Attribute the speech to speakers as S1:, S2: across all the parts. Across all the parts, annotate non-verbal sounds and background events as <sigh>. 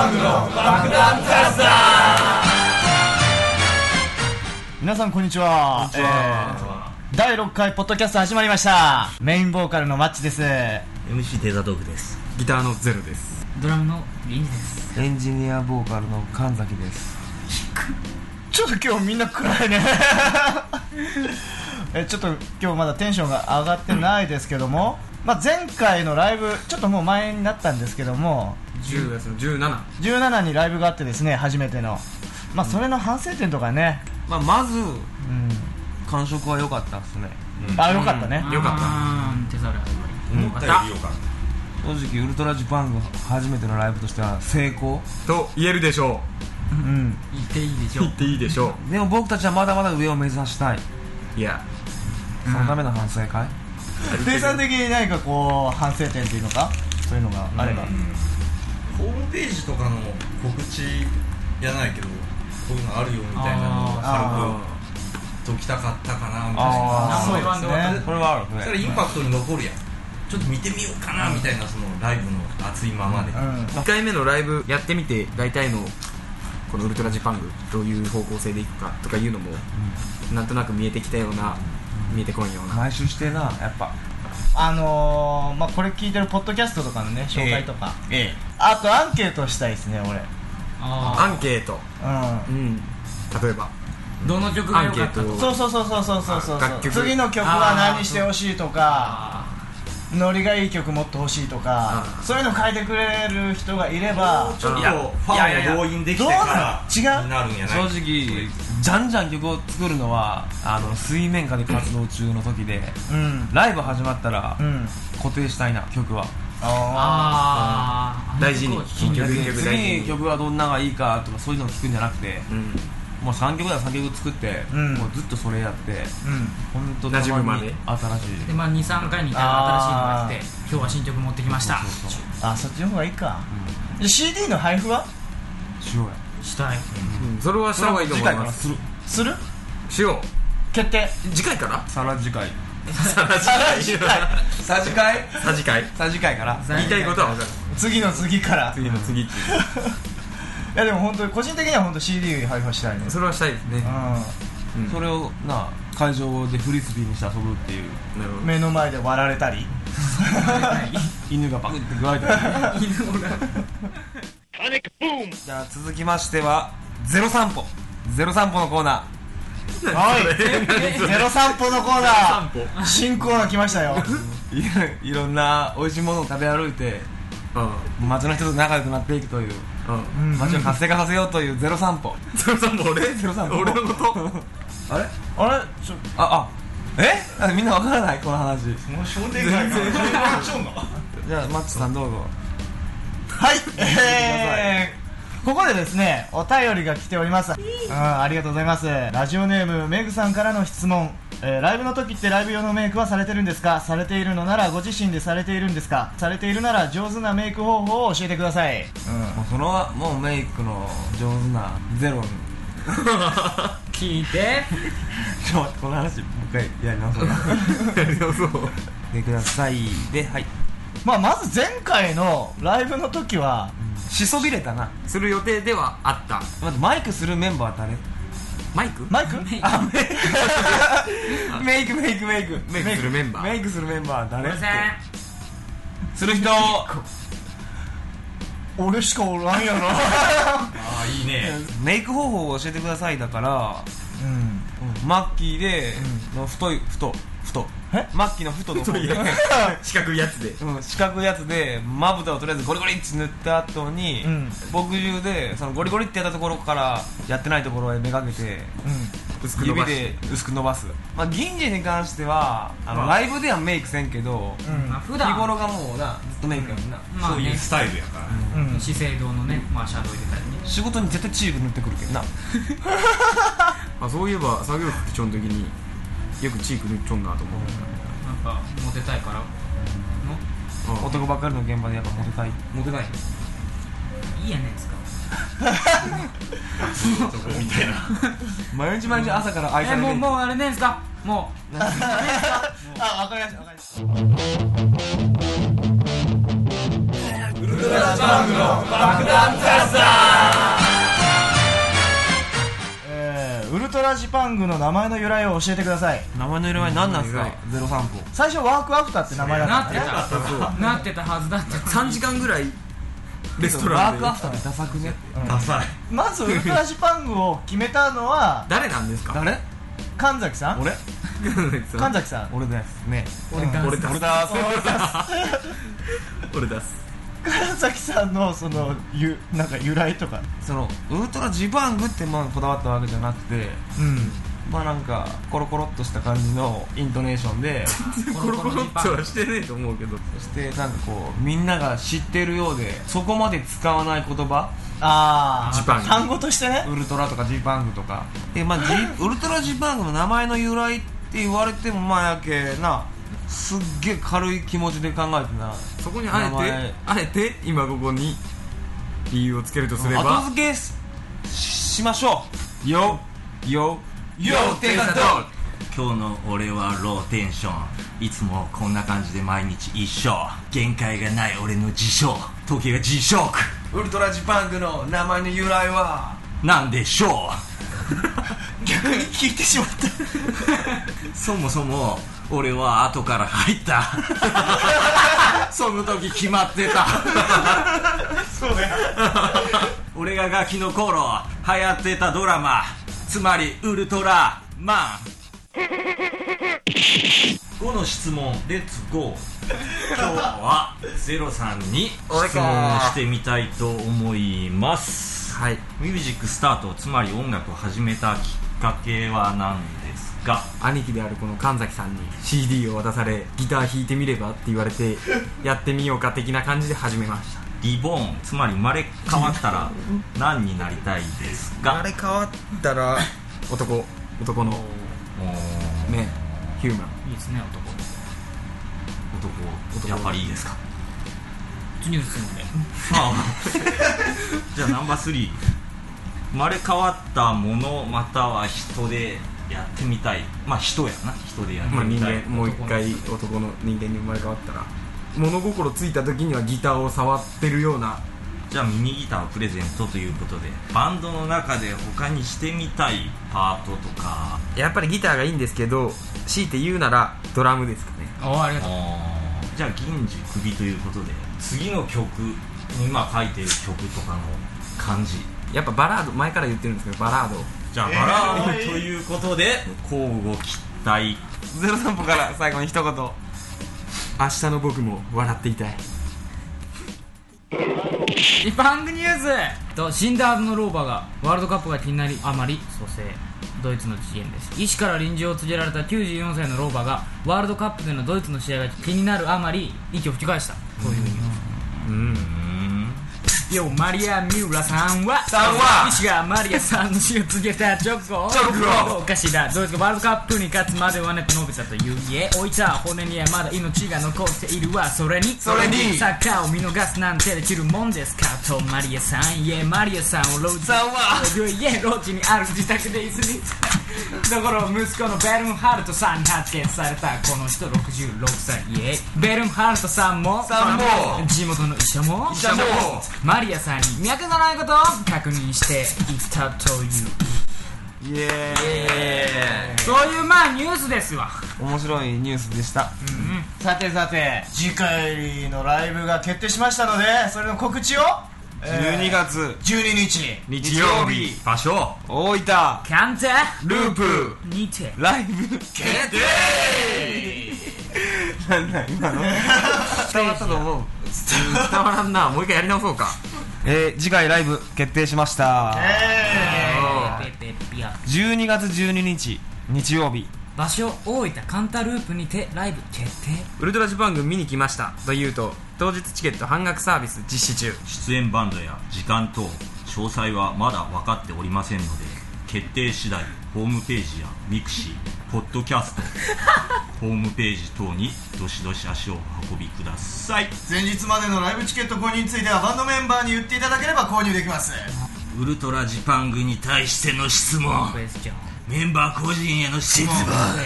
S1: 爆弾キャスタ
S2: 皆さんこんにちはえー第6回ポッドキャスト始まりましたメインボーカルのマッチですは
S3: MC テーザトークです
S1: ーギターのゼロです
S4: ドラムのリンです
S5: エンジニアボーカルの神崎です
S2: ちょっと今日みんな暗いね <laughs> えちょっと今日まだテンションが上がってないですけども、まあ、前回のライブちょっともう前になったんですけども
S1: 10月の17ま
S2: 17にライブがあってですね初めての、まあ、それの反省点とかね、
S5: まあ、まず
S2: うん
S5: 感触は良かったっすね
S2: あよかったね、
S1: よかった
S4: った手触り始まり
S1: 思ったよりよかっ
S5: 正直ウルトラジパング初めてのライブとしては成功
S1: たと言えるでしょ
S2: うん、
S4: 言っていいでし
S1: う
S4: ょう
S1: 言っていいでしょ
S5: でも僕たちはまだまだ上を目指したいう
S1: いや
S5: そのための反省会、
S2: 生産的に何かこう反省点っていうのかそういうのがあれば、
S6: ホームページとかの告知やないけどこういうのあるよみたいなのを
S2: あ
S6: 軽くときたかったかなみたい
S2: あ
S6: な
S2: ー
S4: ナンバーワンで終わった
S2: そうですね
S5: これは
S6: そした
S5: あ
S6: ら
S5: るね
S6: インパクトに残るやんちょっと見てみようかなみたいなそのライブの熱いままで、
S2: うん
S3: 1回目のライブやってみて大体のこのウルトラジパングどういう方向性でいくかとかいうのもなんとなく見えてきたような見えてこんような
S5: 回収してえなやっぱ
S2: あのーまあ、これ聞いてるポッドキャストとかのね紹介とか、
S3: ええ
S2: あとアンケートしたいですね俺
S4: あ
S3: アンケート
S2: う
S3: うん例えば
S4: ーどの曲が良かった
S3: アンケー
S4: と
S3: ト
S2: んそうそうそうそうそうそうそう
S3: 楽曲
S2: 次の曲は何してほしいとか
S4: あ
S2: ノリがいい曲もっと欲しいとか
S3: あ
S2: そういうの書いてくれる人がいれば
S6: ちょっとファンを動員できてからになるんやない
S5: 正直じゃんじゃん曲を作るのはあの水面下で活動中の時で
S2: うん
S5: ライブ始まったら
S2: うん
S5: 固定したいな曲は
S2: あ
S4: あー
S3: 大事に
S4: あの曲を聴
S3: 曲
S4: き
S5: で
S3: 曲大事
S5: 次
S3: に
S5: 曲はどんなのがいいかとかそういうのを聞くんじゃなくて
S3: うん
S5: もう3曲だら3曲作って、
S2: うん
S5: もうずっとそれやって
S2: ーうん
S5: 本当
S3: 馴染むまで
S5: 新し
S4: で
S5: い
S4: まあ23回にたら新しいのが来て今日は新曲持ってきました
S5: そうそう
S2: あそっちの方がいいか、で CD の配布は
S5: しようや
S4: したい
S3: うんそれはした方がいいと
S5: 次
S3: 思
S5: 回
S3: い
S5: か
S3: ま
S5: ら
S3: す
S5: する
S2: する
S3: しよ
S2: 決定
S3: う次回から
S5: さら次回
S2: 再来回
S5: さ次回
S3: さ次回
S5: さ次回から
S3: 言いたいことは分かる
S2: <laughs> 次の次からい
S3: 次の次っていう
S2: やでも本当に個人的には本当 CD 配布はしたいね
S3: それはしたいですね
S2: う
S5: それをな会場でフリスビーにして遊ぶっていうん
S3: なるほ
S2: ん目の前で割られたり
S5: 犬がバクって具合 <laughs> とかじゃあ続きましては「ゼロ散歩」「ゼロ散歩」のコーナ
S2: はいゼロ散歩のコーナー新コーナー来ましたよ
S5: ーいろいろんな美味しいものを食べ歩いて
S3: どうん
S5: 街の人と仲良くなっていくという
S3: うん
S2: うん
S5: 街を活性化させようという「ゼロ散歩」
S3: ゼロさんも俺
S5: <laughs> ゼロさんも
S3: 俺の <laughs> こと
S5: あれ
S2: あれちょ
S5: ああえ <laughs> あみんなわからないこの話
S6: もう商店街から商店街
S5: じゃあマッチさんどうぞ
S2: はいえー、ここでですねお便りが来ております、うん、ありがとうございますラジオネームメグさんからの質問、えーライブの時ってライブ用のメイクはされてるんですかされているのならご自身でされているんですかされているなら上手なメイク方法を教えてください、
S5: もうそのもうメイクの上手なゼロに
S4: 聞い
S3: <laughs>
S4: て
S5: ちょっと待ってこの話もう一回やり直そう
S3: やり直そう
S5: でくださいではい
S2: まあ、まず前回のライブの時は
S5: しそびれたな
S3: する予定ではあった
S5: 待ってマイクするメンバー誰
S3: マイク
S2: マイク
S5: あメイクメイクメイクメイク
S3: メイクするメンバー
S5: メイクするメンバー
S4: う
S5: 誰
S4: るせえ
S5: する人
S2: 俺しかおらんやろ
S6: ああいいね
S5: メイク方法を教えてくださいだから
S2: うん
S5: マッキーで、の太い太太
S2: え
S5: マッキーの太の方で
S3: 四角いやつで
S5: うん、四角いやつでまぶたをとりあえずゴリゴリって塗った後に、
S2: うん
S5: 僕中でそのゴリゴリってやったところからやってないところへめがけて
S2: う
S3: 薄く伸
S5: 指
S3: ばして
S5: で薄く伸ばす、まあ、銀次に関してはあの、ライブではメイクせんけど、
S2: ん
S4: まあ普
S5: 日
S4: 段
S5: 頃がもうなずっとメイクやもんな、
S4: ま
S6: そ
S4: あ
S6: ういう
S4: ね
S6: スタイルやから
S2: うんうん
S4: 資生堂のねまあシャドウ入れたりね
S5: 仕事に絶対チーク塗ってくるけどな
S3: あそういえば作業服ちょん時によくチーク塗っちょんなと思う
S4: なんかモテたいからの
S5: 男ばっかりの現場でやっぱモテたい
S3: モテない
S4: いいやねんですか
S5: 毎日毎日朝から愛さ
S4: え
S5: れて
S4: もう
S5: る
S4: もうあれねんすかもう
S2: あわかりましたわかりました
S6: 爆弾キャスター
S2: ラジパングの名前の由来を教えてください
S5: 名前の由来は何なんですかゼロ三歩
S2: 最初ワークアフターって名前だった
S4: なっ
S2: ん
S4: て
S2: だね
S4: たなってたはずだった
S3: 3時間ぐらいレストラ
S5: ワ
S3: ン
S5: ー
S3: で
S5: クアフターってダサくね
S6: ダサい
S2: まずウルトラジパングを決めたのは
S3: 誰なんですか
S5: 誰
S2: 神崎さん
S5: 俺
S3: <laughs>
S2: 神崎さん
S5: 俺ですね
S4: 俺が
S3: 俺だす
S5: だ
S3: 俺だす
S2: 神崎さんのそのゆなんか由来とか
S5: そのウルトラジバングってまあこだわったわけじゃなくて
S2: うん
S5: まあなんかコロコロっとした感じのイントネーション
S3: <laughs>
S5: で
S3: コロコロっとはしてねえと思うけど
S5: そしてなんかこうみんなが知ってるようでそこまで使わない言葉
S2: あ
S3: ジパン
S2: あ
S3: グ
S2: 単語としてね
S5: ウルトラとかジバングとかで、まあ、ジ
S3: <laughs>
S5: ウルトラジバングの名前の由来って言われてもまあやけなすっげえ軽い気持ちで考えてな
S3: そこにあ
S5: 名前
S3: えてあえて今ここに理由をつけるとすれ
S5: 後
S3: ば
S5: 付けししましょうよよよ
S3: テイザドッグ
S7: 今日の俺はローテンションいつもこんな感じで毎日一生限界がない俺の自称時計が G ショック
S5: ウルトラジパングの名前の由来は
S7: なん
S2: <laughs>
S7: でしょ
S2: 逆に聞いてしまった <laughs>
S7: うそもそも俺は後から入った
S2: <laughs>
S7: その時決まってた
S2: そうね
S7: 俺がガキの頃流行ってたドラマつまりウルトラ
S2: <laughs>
S7: マン5の質問レッツゴー今日はゼロさんに質問をしてみたいと思います
S3: はい
S7: ミュージックスタートつまり音楽を始めたきっかけは何ですか
S3: 兄貴であるこの神崎さんに CD を渡されギター弾いてみればって言われてやってみようか的な感じで始めました
S7: リボーンつまり生まれ変わっ
S3: <laughs>
S7: たら何になりたいですか
S3: れ変わったら男男のメンヒューマン
S4: いいですね男
S7: お男やっぱりいいですか
S4: 次の質問で
S7: ああ <laughs> じゃあナンバー3生まれ変わったものまたは人でやってみたいまあ人やな人でやって
S3: まあ、人
S7: みたい、
S3: 間もう一回男の人間に生まれ変わったら物心ついた時にはギターを触ってるような
S7: じゃあミニギターをプレゼントということでバンドの中で他にしてみたいパートとか
S3: やっぱりギターがいいんですけど強いて言うならドラムですかね
S4: おありがとう
S7: じゃあ銀次首ということで次の曲今書いてる曲とかの感じ
S3: やっぱバラード前から言ってるんですけどバラード
S7: じゃあバラードということで交互期待
S5: ゼロ散歩から最後に一言は
S3: 明日の僕も笑っていたい
S4: リパングニュースと死んだはずの老婆がワールドカップが気になりあまり蘇生ドイツの事件です医師から臨場を告げられた94歳の老婆がワールドカップでのドイツの試合が気になるあまり息を吹き返したというニュースよマリア・ミューラさんはさんは医師がマリアさんの死を告げたチョコチョコおかしいだドイツがワールドカップに勝つまではねと述べたという家置いた骨にはまだ命が残っているわそれにそれにサッカーを見逃すなんてできるもんですかとマリアさんいえマリアさんをローザはいえローチにある自宅で椅子に <laughs> だから息子のベルンハルトさんに発見されたこの人66歳いえベルンハルトさんも地元の医者もマリアさんに脈がないことを確認していったというそういうまあニュースですわ
S5: 面白いニュースでした
S2: さてさて次回のライブが決定しましたのでそれの告知を、え
S5: 12月
S2: ー12日
S7: 日曜日場所
S5: 大分
S4: キャンテ
S5: ループ
S4: にて
S5: ライブ <laughs> 決定なんだ今の伝わったと思う
S3: 伝わらんなもう一回やり直そうか
S5: えー、次回ライブ決定しました
S4: ペペペピア
S5: 12月12日日曜日
S4: 場所大分カンタループにてライブ決定
S3: ウルトラジパング見に来ましたというと当日チケット半額サービス実施中
S7: 出演バンドや時間等詳細はまだ分かっておりませんので決定次第ホームページやミクシーポッドキャストホームページ等にどしどし足をお運びください
S2: 前日までのライブチケット購入についてはバンドメンバーに言っていただければ購入できます
S7: ウルトラジパングに対しての質問
S4: クエスチョン
S7: メンバー個人への質問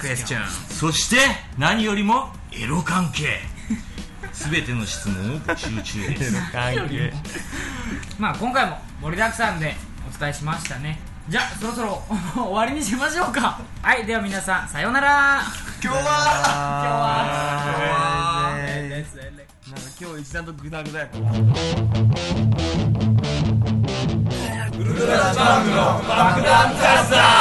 S4: クエスチョン
S7: そして何よりもエロ関係 <laughs> 全ての質問を募集中です
S4: まあ今回も盛りだくさんでお伝えしましたねじゃあそろそろ終わりにしましょうかはいでは皆さんさようなら
S5: 今日は
S4: 今日は
S5: えーなんか今日一段とグダグダやった
S6: 爆弾カスター